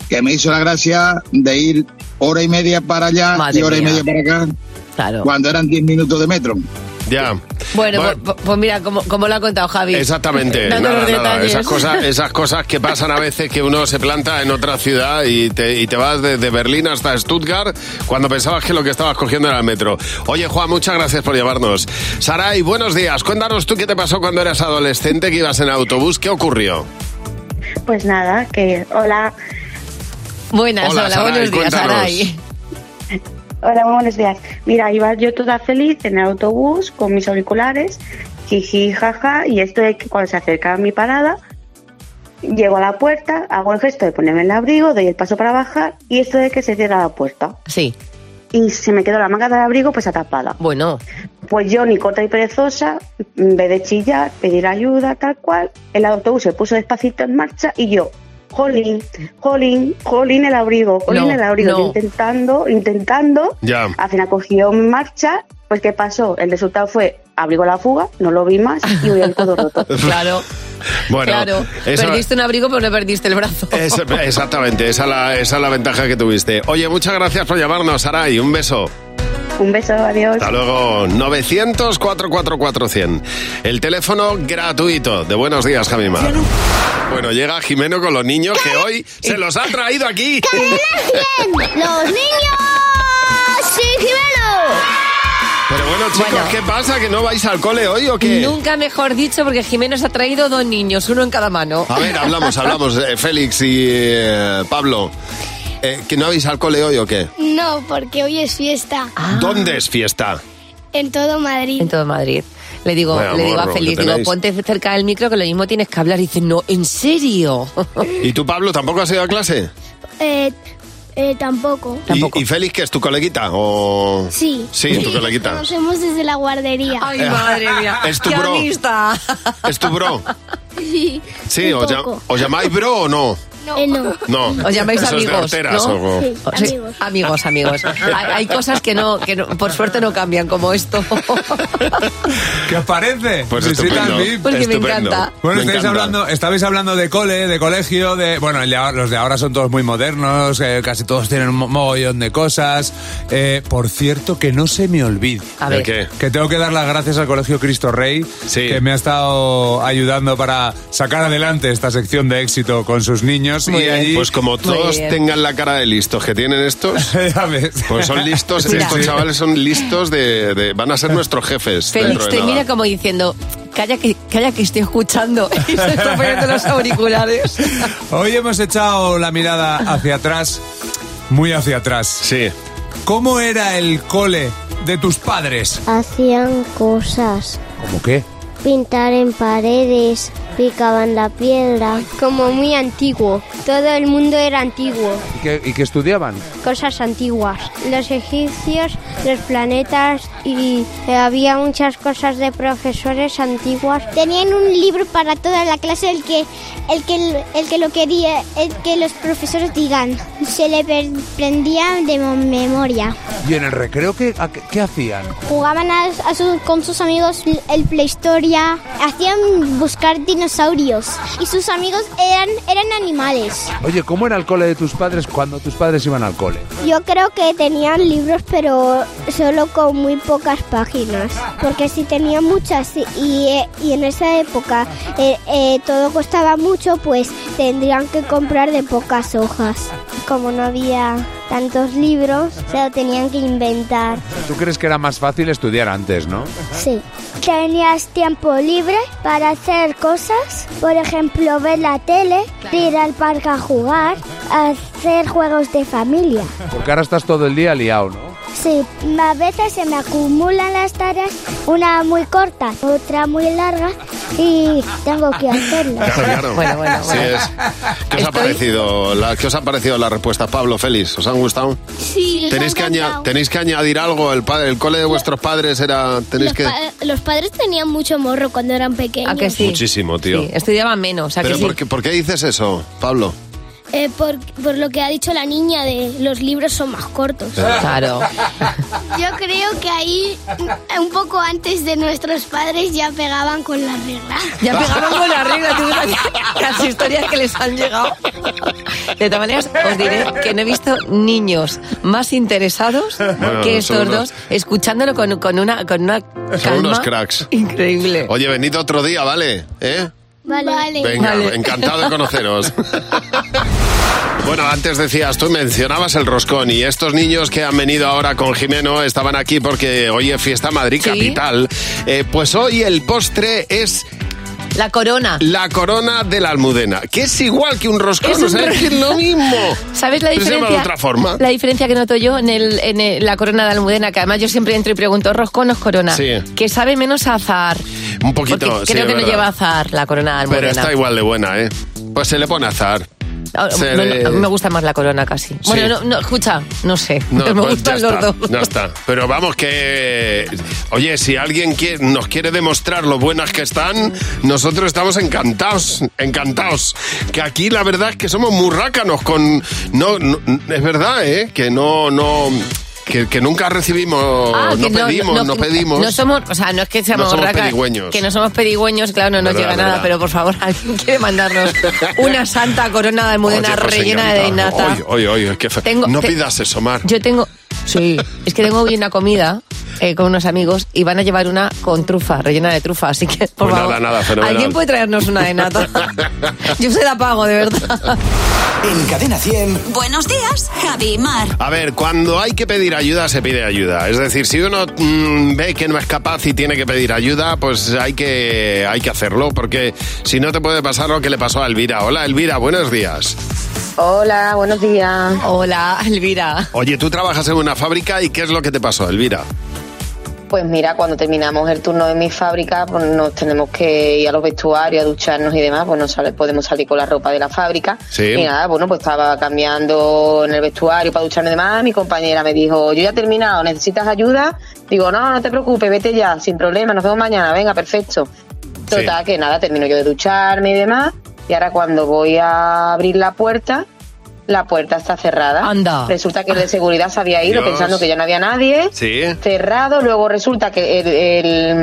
que me hizo la gracia de ir hora y media para allá Madre y hora mía. y media para acá. Claro. Cuando eran 10 minutos de metro. Ya. Bueno, Bueno. pues, pues mira, como, como lo ha contado Javi. Exactamente. Dando Nada, los nada. detalles. Esas cosas, eh, esas cosas que pasan a veces que uno se planta en otra ciudad y te, y te vas desde Berlín hasta Stuttgart cuando pensabas que lo que estabas cogiendo era el metro. Oye, Juan, muchas gracias por llamarnos. Saray, buenos días. Cuéntanos tú qué te pasó cuando eras adolescente, que ibas en autobús. ¿Qué ocurrió? Pues nada, que hola. Buenas, Hola, hola, Saray, buenos días, cuéntanos. Saray. Hola, buenos días. Mira, iba yo toda feliz en el autobús con mis auriculares, jiji, jaja, y esto es que cuando se acercaba mi parada, llego a la puerta, hago el gesto de ponerme el abrigo, doy el paso para bajar, y esto de que se cierra la puerta. Sí. Y se me quedó la manga del abrigo pues atapada. Bueno. Pues yo, ni corta y perezosa, en vez de chillar, pedir ayuda, tal cual, el autobús se puso despacito en marcha y yo, jolín, jolín, jolín el abrigo, jolín No, el abrigo, no. Yo intentando, intentando. Ya. Al final cogió en marcha, pues ¿qué pasó? El resultado fue abrigo la fuga, no lo vi más y voy al codo roto. Claro, Bueno, claro. eso- Perdiste un abrigo, pero no perdiste el brazo. es- exactamente, esa es, la, esa es la ventaja que tuviste. Oye, muchas gracias por llamarnos, Aray. Un beso. Un beso, adiós. Hasta luego. 900-444-100. El teléfono gratuito de Buenos Días, Javimar. Bueno, llega Jimeno con los niños que hoy se los ha traído aquí. ¡Los niños! ¡Sí, Pero bueno, chicos, Bueno. ¿qué pasa? ¿Que no vais al cole hoy o qué? Nunca mejor dicho, porque Jiménez ha traído dos niños, uno en cada mano. A ver, hablamos, hablamos, eh, Félix y eh, Pablo. Eh, ¿Que no habéis al cole hoy o qué? No, porque hoy es fiesta. ¿Dónde es fiesta? En todo Madrid. En todo Madrid. Le digo, Vaya le digo a morro que Félix, digo, tenéis. ponte cerca del micro que lo mismo tienes que hablar. Y dice, no, ¿en serio? ¿Y tú, Pablo, tampoco has ido a clase? Eh, eh, tampoco. ¿Y- ¿Y, Félix, que es tu coleguita? O... Sí. Sí, tu coleguita. Nos conocemos desde la guardería. Ay, Eh, madre mía. es tu qué bro. amistad. ¿Es tu bro? Sí. Sí, un ¿os, llam- poco. ¿os llamáis bro o no? Eh, no. No. Os llamáis Eso es de amigos, horteras, ¿no? o- Sí, O sea, amigos, amigos. Hay, hay cosas que no, que no- por suerte no cambian como esto. ¿Qué os parece? Pues Visita estupendo, al VIP. Porque me estupendo. encanta. Bueno, Me estáis encanta. hablando, estabais hablando de cole, de colegio, de. Bueno, el de ahora- los de ahora son todos muy modernos, eh, casi todos tienen un mo- mogollón de cosas. Eh, por cierto, que no se me olvide. A ver. ¿El qué? Que tengo que dar las gracias al Colegio Cristo Rey, que me ha estado ayudando para sacar adelante esta sección de éxito con sus niños. y Muy bien. allí. Pues como todos tengan la cara de listos que tienen estos, pues son listos, Mira. estos chavales son listos de, de- van a ser nuestros jefes. Félix dentro de te nada. mira como diciendo, calla que, calla que estoy escuchando. Y se está poniendo los auriculares. Hoy hemos echado la mirada hacia atrás, muy hacia atrás. Sí. ¿Cómo era el cole de tus padres? Hacían cosas. ¿Cómo qué? Pintar en paredes, picaban la piedra. Como muy antiguo. Todo el mundo era antiguo. ¿Y qué, estudiaban? Cosas antiguas. Los egipcios, los planetas y había muchas cosas de profesores antiguas. Tenían un libro para toda la clase el que el que el que lo quería, el que los profesores digan. Se le per- prendía de mo- memoria. ¿Y en el recreo qué, a qué- qué hacían? Jugaban a- a sus- con sus amigos el Playstoria, hacían buscar dinosaurios y sus amigos eran eran animales. Oye, ¿cómo era el cole de tus padres cuando tus padres iban al cole? Yo creo que tenían libros, pero solo con muy pocas páginas. Porque si tenía muchas y- y, eh, y en esa época eh, eh, todo costaba mucho, pues tendrían que comprar de pocas hojas. Como no había tantos libros, se lo tenían que inventar. ¿Tú crees que era más fácil estudiar antes, no? Sí. Tenías tiempo libre para hacer cosas, por ejemplo, ver la tele, ir al parque a jugar, hacer juegos de familia. Porque ahora estás todo el día liado, ¿no? Sí, a veces se me acumulan las tareas, una muy corta, otra muy larga y tengo que hacerla. Claro, claro. Bueno, bueno, Así bueno. es. ¿Qué os, ha parecido la, ¿Qué os ha parecido la respuesta, Pablo, Félix? ¿Os han gustado? Sí, ¿Tenéis que, aña- tenéis que añadir algo. El, padre, el cole de vuestros padres era. Tenéis que. los padres tenían mucho morro cuando eran pequeños. ¿A que sí? Muchísimo, tío. Sí, estudiaban menos. o sea que Pero sí. ¿por qué, por qué dices eso, Pablo? Eh, por, por lo que ha dicho la niña de los libros son más cortos. Claro. Yo creo que ahí, un poco antes de nuestros padres, ya pegaban con la regla. Ya pegaban con la regla, tú fíjate las historias que les han llegado. De todas maneras, os diré que no he visto niños más interesados Bueno, que estos son unos- dos, escuchándolo con, con una, con una calma. Son unos cracks. Increíble. Oye, venid otro día, ¿vale? ¿Eh? Vale. Venga, encantado de conoceros. Bueno, antes decías, tú mencionabas el roscón y estos niños que han venido ahora con Jimeno estaban aquí porque hoy es fiesta Madrid Sí. Capital. Eh, pues hoy el postre es La corona. la corona de la almudena, que es igual que un roscón, Es o un sea, re- es que es lo mismo. ¿Sabes la Pero se llama diferencia? de otra forma. La diferencia que noto yo en, el- en el- la corona de Almudena, que además yo siempre entro y pregunto, ¿roscón o es corona? Sí. Que sabe menos a azar. Un poquito, Porque sí, creo es que no verdad. lleva azar la corona de Almudena. Pero está igual de buena, ¿eh? Pues se le pone azar. Ah, Se me, le- me gusta más la corona casi. Bueno, no, no, escucha, no sé. No, me pues gustan ya los está, dos. Ya está. Pero vamos que... Oye, si alguien quiere- nos quiere demostrar lo buenas que están, nosotros estamos encantados, encantados. Que aquí la verdad es que somos murrácanos con... No, no- es verdad, ¿eh? Que no... no que, que nunca recibimos, Ah, no, que pedimos, no, pedimos. No somos, o sea, no es que seamos, No somos racas, pedigüeños. Que no somos pedigüeños, claro, no nos Verdad, llega nada, verdad. pero por favor, alguien quiere mandarnos una santa corona de almudena Oye, pues rellena de encantado. nata. Oye, oye, oye, es que fe- Tengo- no te- pidas eso, Mar. Yo tengo. Sí, es que tengo hoy una comida eh, con unos amigos y van a llevar una con trufa, rellena de trufa. Así que, por Pues favor, nada, nada, fenomenal. ¿alguien puede traernos una de nata? Yo se la pago, de verdad. En Cadena 100. Buenos días, Javi y Mar. A ver, cuando hay que pedir ayuda, se pide ayuda. Es decir, si uno mm, ve que no es capaz y tiene que pedir ayuda, pues hay que, hay que hacerlo, porque si no te puede pasar lo que le pasó a Elvira. Hola, Elvira, buenos días. Hola, buenos días. Hola, Elvira. Oye, tú trabajas en una fábrica y ¿qué es lo que te pasó, Elvira? Pues mira, cuando terminamos el turno en mi fábrica, pues nos tenemos que ir a los vestuarios, a ducharnos y demás, pues no sale- podemos salir con la ropa de la fábrica. Sí. Y nada, bueno, pues estaba cambiando en el vestuario para ducharme y demás. Mi compañera me dijo, yo ya he terminado, ¿necesitas ayuda? Digo, no, no te preocupes, vete ya, sin problema, nos vemos mañana, venga, perfecto. Total, que nada, termino yo de ducharme y demás. Y ahora cuando voy a abrir la puerta, la puerta está cerrada. Anda. Resulta que el de seguridad se había ido Dios. pensando que ya no había nadie Sí. cerrado. Luego resulta que el,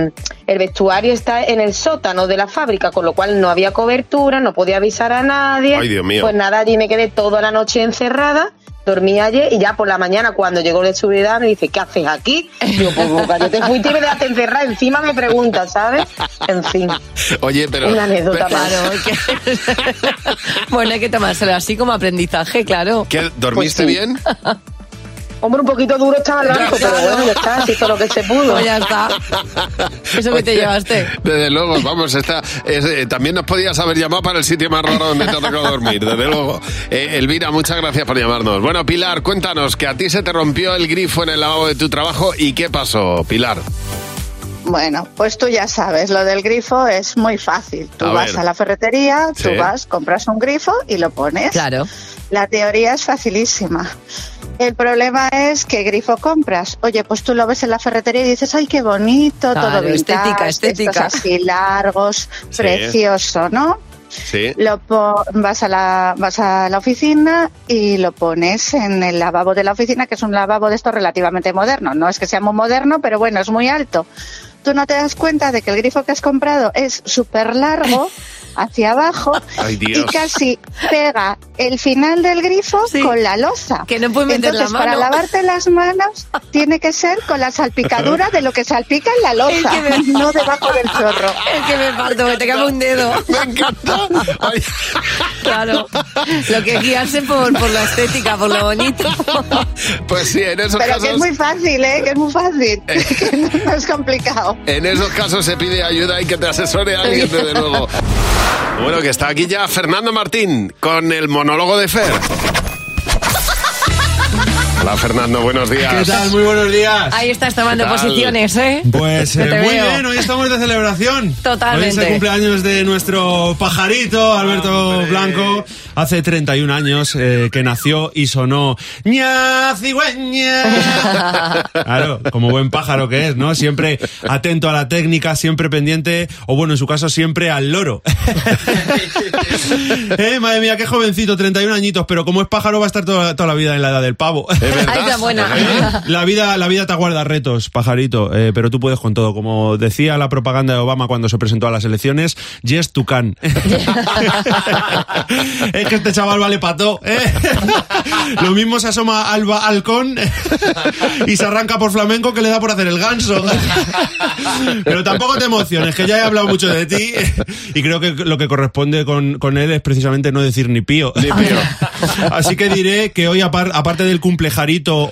el- el vestuario está en el sótano de la fábrica, con lo cual no había cobertura, no podía avisar a nadie. Ay, Dios mío. Pues nada, allí me quedé toda la noche encerrada. Dormí ayer y ya por la mañana cuando llegó de seguridad me dice, ¿qué haces aquí? Digo, pues boca, yo te fuiste y me dejaste encerrada. Encima me preguntas, ¿sabes? En fin, Oye, pero... una anécdota pero- más. Bueno, hay que tomárselo así como aprendizaje, claro. ¿Qué, ¿Dormiste bien? Pues Hombre, un poquito duro estaba el banco, pero bueno, ya está, se hizo lo que se pudo. Pues ya está. Eso que te Oye, llevaste. Desde luego, vamos, está, es, eh, también nos podías haber llamado para el sitio más raro donde te tocó dormir, desde luego. Eh, Elvira, muchas gracias por llamarnos. Bueno, Pilar, cuéntanos que a ti se te rompió el grifo en el lavabo de tu trabajo y qué pasó, Pilar. Bueno, pues tú ya sabes, lo del grifo es muy fácil. Tú A vas ver. a la ferretería, tú Sí. vas, compras un grifo y lo pones. Claro. La teoría es facilísima. El problema es qué grifo compras. Oye, pues tú lo ves en la ferretería y dices, ay, qué bonito, todo Claro, estética, vintage, estética. estos así largos, precioso, ¿no? Sí. Lo po- vas a la vas a la oficina y lo pones en el lavabo de la oficina, que es un lavabo de estos relativamente moderno. No es que sea muy moderno, pero bueno, es muy alto. Tú no te das cuenta de que el grifo que has comprado es súper largo hacia abajo Ay, Dios. y casi pega el final del grifo con la loza. Que no puedes meter la Entonces, para mano. lavarte las manos tiene que ser con la salpicadura de lo que salpica en la Es loza, que me- no debajo del chorro. Es que me parto, que te cabe un dedo. Me encanta. Claro. Lo que guiarse por, por la estética, por lo bonito. Pues sí, en esos Pero casos... que es muy fácil, ¿eh? Que es muy fácil. Que no- no es complicado. En esos casos se pide ayuda y que te asesore alguien, desde luego. Bueno, que está aquí ya Fernando Martín con el monólogo de Fer. Hola, Fernando, buenos días. ¿Qué tal? Muy buenos días. Ahí estás tomando ¿Qué tal? posiciones, ¿eh? Pues Que eh, te muy veo. bien, hoy estamos de celebración. Hoy es Totalmente. el cumpleaños de nuestro pajarito, Alberto Blanco. Hace 31 años eh, que nació y sonó ña cigüeña. Claro, como buen pájaro que es, ¿no? Siempre atento a la técnica, siempre pendiente, o bueno, en su caso, siempre al loro. eh, madre mía, qué jovencito, 31 añitos, pero como es pájaro va a estar toda, toda la vida en la edad del pavo. Ahí está buena. La vida, la vida te guarda retos, pajarito, eh, pero tú puedes con todo. Como decía la propaganda de Obama cuando se presentó a las elecciones, yes, tú can. es que este chaval vale pato. Lo mismo se asoma al ba- halcón y se arranca por flamenco que le da por hacer el ganso. Pero tampoco te emociones, que ya he hablado mucho de ti y creo que lo que corresponde con, con él es precisamente no decir ni pío. Así que diré que hoy, apar- aparte del cumplejarito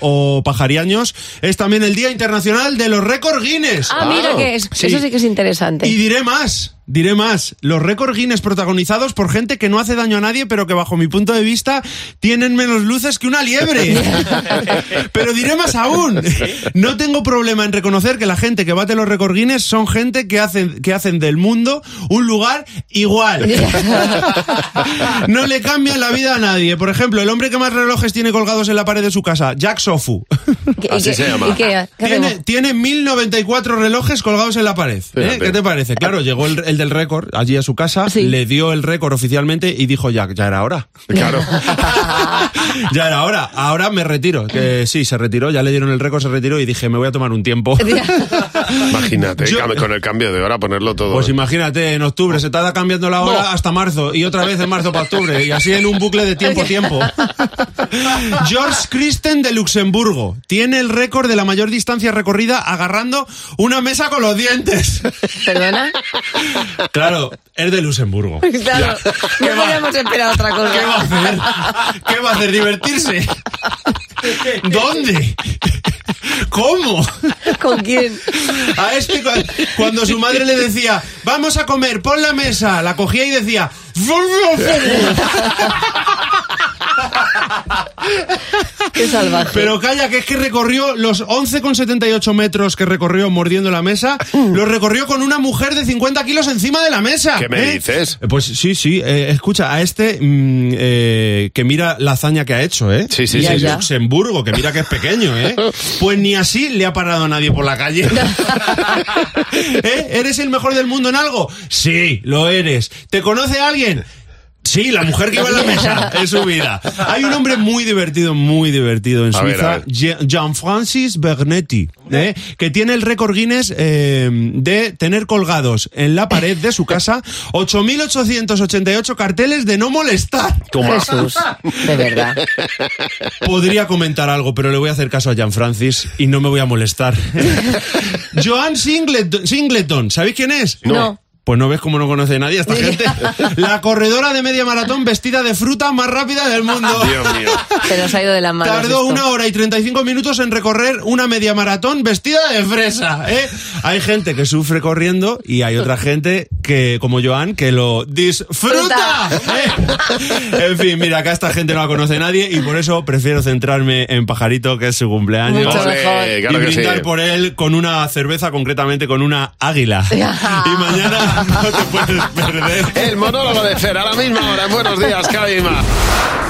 o pajariaños, es también el Día Internacional de los Récords Guinness. Ah, mira que es. Eso sí que es interesante. Y diré más. Diré más, los récord Guinness protagonizados por gente que no hace daño a nadie, pero que bajo mi punto de vista tienen menos luces que una liebre. pero diré más aún, no tengo problema en reconocer que la gente que bate los récord Guinness son gente que hacen, que hacen del mundo un lugar igual. No le cambian la vida a nadie. Por ejemplo, el hombre que más relojes tiene colgados en la pared de su casa, Jack Sofu. Así se llama. Tiene, tiene 1094 relojes colgados en la pared. ¿eh? Fíjate. ¿Qué te parece? Claro, llegó el, el del récord allí a su casa, le dio el récord oficialmente y dijo Jack, ya era hora. Claro. ya era hora. Ahora me retiro. Que sí, se retiró, ya le dieron el récord, se retiró y dije, me voy a tomar un tiempo. Imagínate, cam- con el cambio de hora ponerlo todo. Pues imagínate, en octubre se está cambiando la hora hasta marzo y otra vez en marzo para octubre y así en un bucle de tiempo a tiempo. George Christen de Luxemburgo tiene el récord de la mayor distancia recorrida agarrando una mesa con los dientes. ¿Perdona? Claro, es de Luxemburgo. Claro, no podíamos esperar otra cosa. ¿Qué va a hacer? ¿Qué va a hacer? ¿Divertirse? ¿Dónde? ¿Cómo? ¿Con quién? A este, cu- cuando su madre le decía, vamos a comer, pon la mesa, la cogía y decía, Qué salvaje. Pero calla, que es que recorrió los 11,78 metros que recorrió mordiendo la mesa, los recorrió con una mujer de 50 kilos encima de la mesa. ¿Qué me ¿eh? dices? Pues sí, sí, eh, escucha, a este mm, eh, que mira la hazaña que ha hecho, ¿eh? Sí, sí, Y sí, a sí. Luxemburgo, que mira que es pequeño, ¿eh? Pues ni así le ha parado nadie por la calle. ¿Eh? ¿Eres el mejor del mundo en algo? Sí, lo eres. ¿Te conoce alguien? Sí, la mujer que iba en la mesa en su vida. Hay un hombre muy divertido, muy divertido en A ver, a Suiza, ver. Jean-Francis Bernetti, ¿eh? que tiene el récord Guinness eh, de tener colgados en la pared de su casa 8.888 carteles de no molestar. Toma. Jesús, de verdad. Podría comentar algo, pero le voy a hacer caso a Jean-Francis y no me voy a molestar. Joan Singleton, Singleton, ¿sabéis quién es? No. Pues no ves cómo no conoce nadie a esta gente. La corredora de media maratón vestida de fruta más rápida del mundo. Dios mío. Se nos ha ido de las manos. Tardó esto. una hora y 35 minutos en recorrer una media maratón vestida de fresa. ¿eh? Hay gente que sufre corriendo y hay otra gente que, como Joan, que lo disfruta. ¿eh? En fin, mira, acá esta gente no la conoce nadie y por eso prefiero centrarme en Pajarito, que es su cumpleaños. Mucho Ole, mejor. claro y que sí. brindar por él con una cerveza, concretamente con una águila. y mañana no te puedes perder. El monólogo de Fer, a la misma hora. en Buenos días, Javi Mar.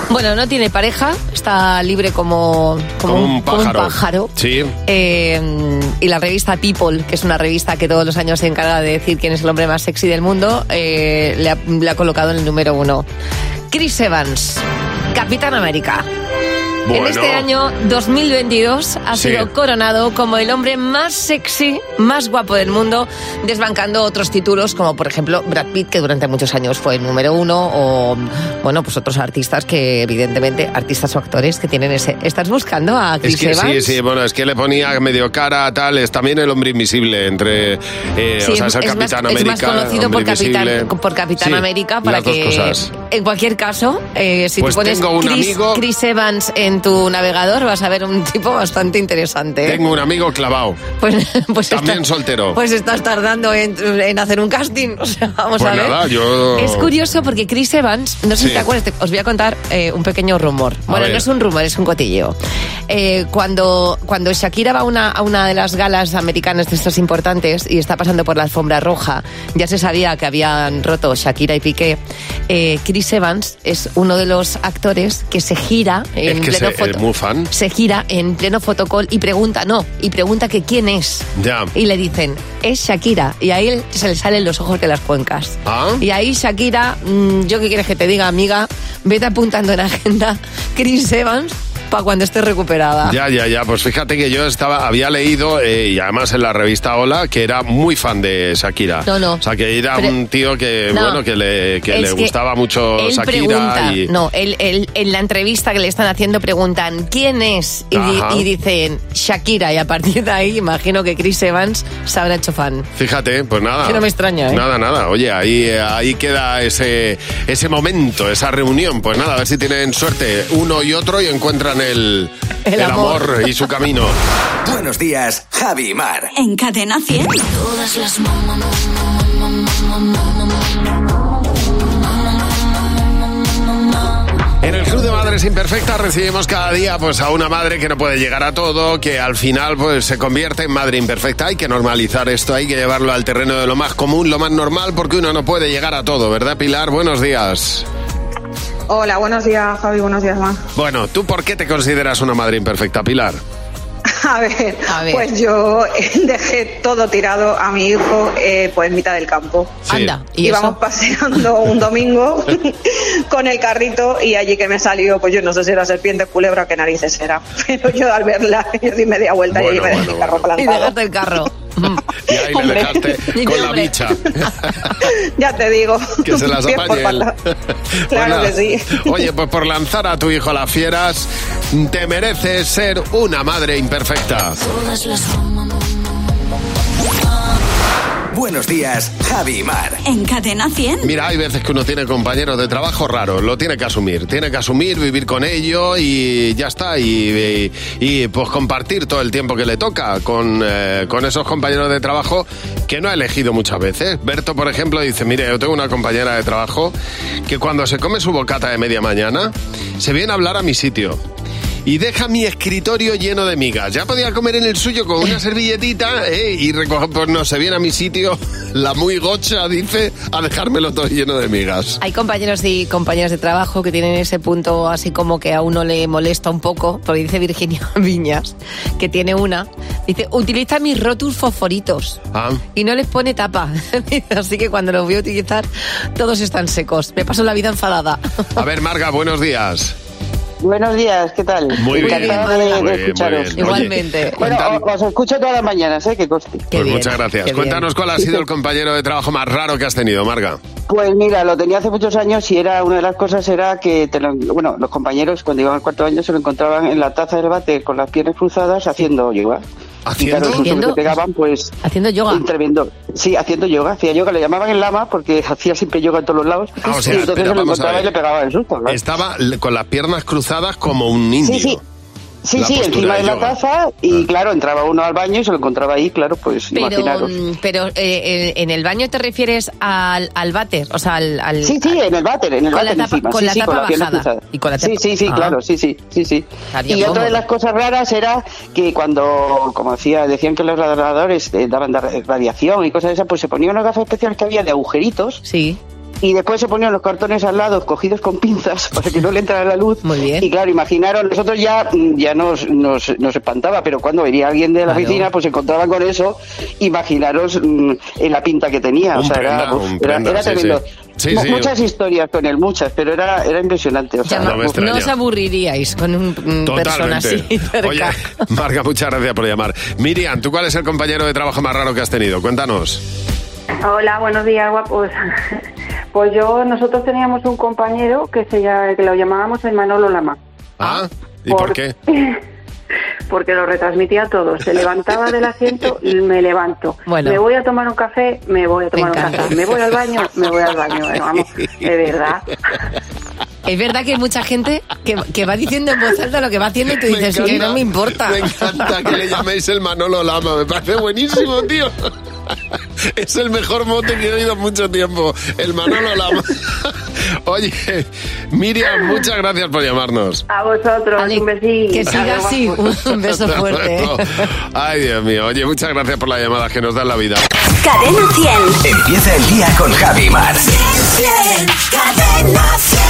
Bueno, no tiene pareja, está libre como, como, Como un- como un pájaro. Sí. Eh, y la revista People, que es una revista que todos los años se encarga de decir quién es el hombre más sexy del mundo, eh, le, ha, le ha colocado en el número uno. Chris Evans, Capitán América. En Bueno. este año 2022 ha Sí. sido coronado como el hombre más sexy, más guapo del mundo, desbancando otros títulos como por ejemplo Brad Pitt, que durante muchos años fue el número uno, o bueno, pues otros artistas que evidentemente, artistas o actores que tienen ese... ¿Estás buscando a Chris Es que sí, Evans? sí, bueno, es que le ponía medio cara, tal, es también el hombre invisible entre, eh, Sí, o sea, es el Capitán más, América. es más conocido por hombre Capitán, invisible. por Capitán Sí, América para las dos que, cosas. en cualquier caso, eh, si Pues tú pones tengo un Chris, amigo- Chris Evans en tu navegador vas a ver un tipo bastante interesante. ¿eh? Tengo un amigo clavado. Pues, pues También está- soltero. Pues estás tardando en, en hacer un casting. O sea, vamos Pues a ver. nada, yo- Es curioso porque Chris Evans, no sé Sí. si te acuerdas, te- os voy a contar eh, un pequeño rumor. Bueno, ver. no es un rumor, es un cotilleo. Eh, cuando, cuando Shakira va a una, a una de las galas americanas de estas importantes y está pasando por la alfombra roja, ya se sabía que habían roto Shakira y Piqué. eh, Chris Evans es uno de los actores que se gira en es que pleno se- es foto- muy fan. se gira en pleno fotocall y pregunta, no, y pregunta que quién es. Ya. Y le dicen, es Shakira. Y a él se le salen los ojos de las cuencas. Ah. Y ahí Shakira, mm, yo qué quieres que te diga, amiga, vete apuntando en la agenda Chris Evans para cuando esté recuperada. Ya, ya, ya. Pues fíjate que yo estaba, había leído, eh, y además en la revista Hola, que era muy fan de Shakira. No, no. O sea, que era Pero- un tío que, No. bueno, que le, eh, que Es le que gustaba mucho él Shakira. pregunta, y... no, él, él- en la entrevista que le están haciendo preguntan quién es y, di- Ajá. y dicen Shakira y a partir de ahí imagino que Chris Evans se habrá hecho fan. Fíjate, pues nada. Que no me extraña, ¿eh? Nada, nada. Oye, ahí, ahí queda ese, ese momento, esa reunión. Pues nada, a ver si tienen suerte uno y otro y encuentran el, El el amor. amor. y su camino. Buenos días, Javi Mar. En Cadena 100. Todas las mamas. Madres Imperfectas recibimos cada día pues a una madre que no puede llegar a todo, que al final pues se convierte en madre imperfecta. Hay que normalizar esto, hay que llevarlo al terreno de lo más común, lo más normal, porque uno no puede llegar a todo, ¿verdad Pilar? Buenos días. Hola, buenos días Javi, buenos días Juan. Bueno, ¿tú por qué te consideras una madre imperfecta, Pilar? A ver, pues yo dejé todo tirado a mi hijo eh, pues en mitad del campo. Sí. Anda, ¿y Íbamos eso? paseando un domingo con el carrito y allí que me salió, pues yo no sé si era serpiente, culebra o qué narices era. Pero yo al verla, yo di media vuelta y allí me dejé el carro Y plantado. dejaste el carro. Y ahí le Hombre. dejaste con la Hombre. bicha. Ya te digo. Que se las pies por apañe él. pata. Pues Claro nada. que sí. Oye, pues por lanzar a tu hijo a las fieras, te mereces ser una madre imperfecta. Buenos días, Javi y Mar. En Cadena 100. Mira, hay veces que uno tiene compañeros de trabajo raros, lo tiene que asumir, tiene que asumir, vivir con ello y ya está, y, y, y, pues compartir todo el tiempo que le toca con, eh, con esos compañeros de trabajo que no ha elegido muchas veces. Berto, por ejemplo, dice, mire, yo tengo una compañera de trabajo que cuando se come su bocata de media mañana, se viene a hablar a mi sitio. Y deja mi escritorio lleno de migas. Ya podía comer en el suyo con una servilletita ¿eh? y recoger, pues no, se viene a mi sitio la muy gocha, dice, a dejármelo todo lleno de migas. Hay compañeros y compañeras de trabajo que tienen ese punto así como que a uno le molesta un poco, porque dice Virginia Viñas, que tiene una, dice, utiliza mis rotus fosforitos Ah. y no les pone tapa. así que cuando los voy a utilizar, todos están secos. Me paso la vida enfadada. A ver, Marga, buenos días. Buenos días, ¿qué tal? Muy bien. Encantada de- Muy de, bien, muy escucharos. bien. Oye, Igualmente. Bueno, cuéntanos- os escucho todas las mañanas, ¿eh? Que coste. pues muchas gracias. Cuéntanos cuál ha sido el compañero de trabajo más raro que has tenido, Marga. Pues mira, lo tenía hace muchos años y era una de las cosas era que te lo- bueno, los compañeros cuando iban al cuarto año se lo encontraban en la taza del bate con las piernas cruzadas haciendo yoga. ¿Haciendo? Y claro, el susto que ¿Haciendo? te pegaban, pues... ¿Haciendo yoga? Un tremendo. Sí, haciendo yoga. Hacía yoga. Le llamaban el lama porque hacía siempre yoga en todos los lados. Ah, o sea, y entonces espera, se lo vamos a encontraba ver. y le pegaba el susto. ¿no? Estaba le- con las piernas cruzadas como un indio. Sí, sí. Sí, La sí, postura encima de de la yoga. Ah. taza y claro, entraba uno al baño y se lo encontraba ahí, claro, pues Pero, imaginaros. mm, pero eh, eh, en el baño te refieres al, al váter, o sea, al... al- Sí, sí, en el váter, en el con la váter tapa- encima. con sí, la sí, tapa las piernas bajada. cruzadas. Y con la sí, tapa- sí, sí, Ah. claro, sí, sí, sí, sí. Sabía Y cómo. otra de las cosas raras era que cuando, como hacía, decían que los radiadores eh, daban da- radiación y cosas de esas, pues se ponía una gafa especial que había de agujeritos. Sí. Y después se ponían los cartones al lado, cogidos con pinzas, para que no le entrara la luz. Muy bien. Y claro, imaginaron, nosotros ya, mm, ya nos, nos, nos espantaba, pero cuando venía alguien de la Claro. oficina, pues se encontraban con eso, imaginaros mm, eh, la pinta que tenía. o Un sea, prenda, era, uf, un era- prenda, era sí, sí. tremendo. Sí, Mu- sí. muchas historias con él, muchas, pero era, era impresionante. O Ya, sea, No me uf, extraña. No os aburriríais con un mm, persona así cerca. Oye, Marga, muchas gracias por llamar. Miriam, ¿tú cuál es el compañero de trabajo más raro que has tenido? Cuéntanos. Hola, buenos días, guapos. Pues yo, nosotros teníamos un compañero que, se, llama- que lo llamábamos el Manolo Lama. ¿Ah? ¿Y por qué? Porque lo retransmitía todo. Se levantaba del asiento, me levanto. Bueno. Me voy a tomar un café, me voy a tomar un encanta. café. Me voy al baño, me voy al baño. Bueno, vamos, de verdad. Es verdad que hay mucha gente que, que va diciendo en voz alta lo que va haciendo y tú Me dices que encanta, no me importa. Me encanta que le llaméis el Manolo Lama, me parece buenísimo, tío. Es el mejor mote que he oído en mucho tiempo, el Manolo Lama. Oye, Miriam, muchas gracias por llamarnos. A vosotros, un besito. que siga Adiós, así. guapos. Un beso Hasta fuerte, ¿eh? luego. Ay, Dios mío. Oye, muchas gracias por la llamada que nos dan la vida. Cadena 100. Empieza el día con Javi y Mar. Cadena 100.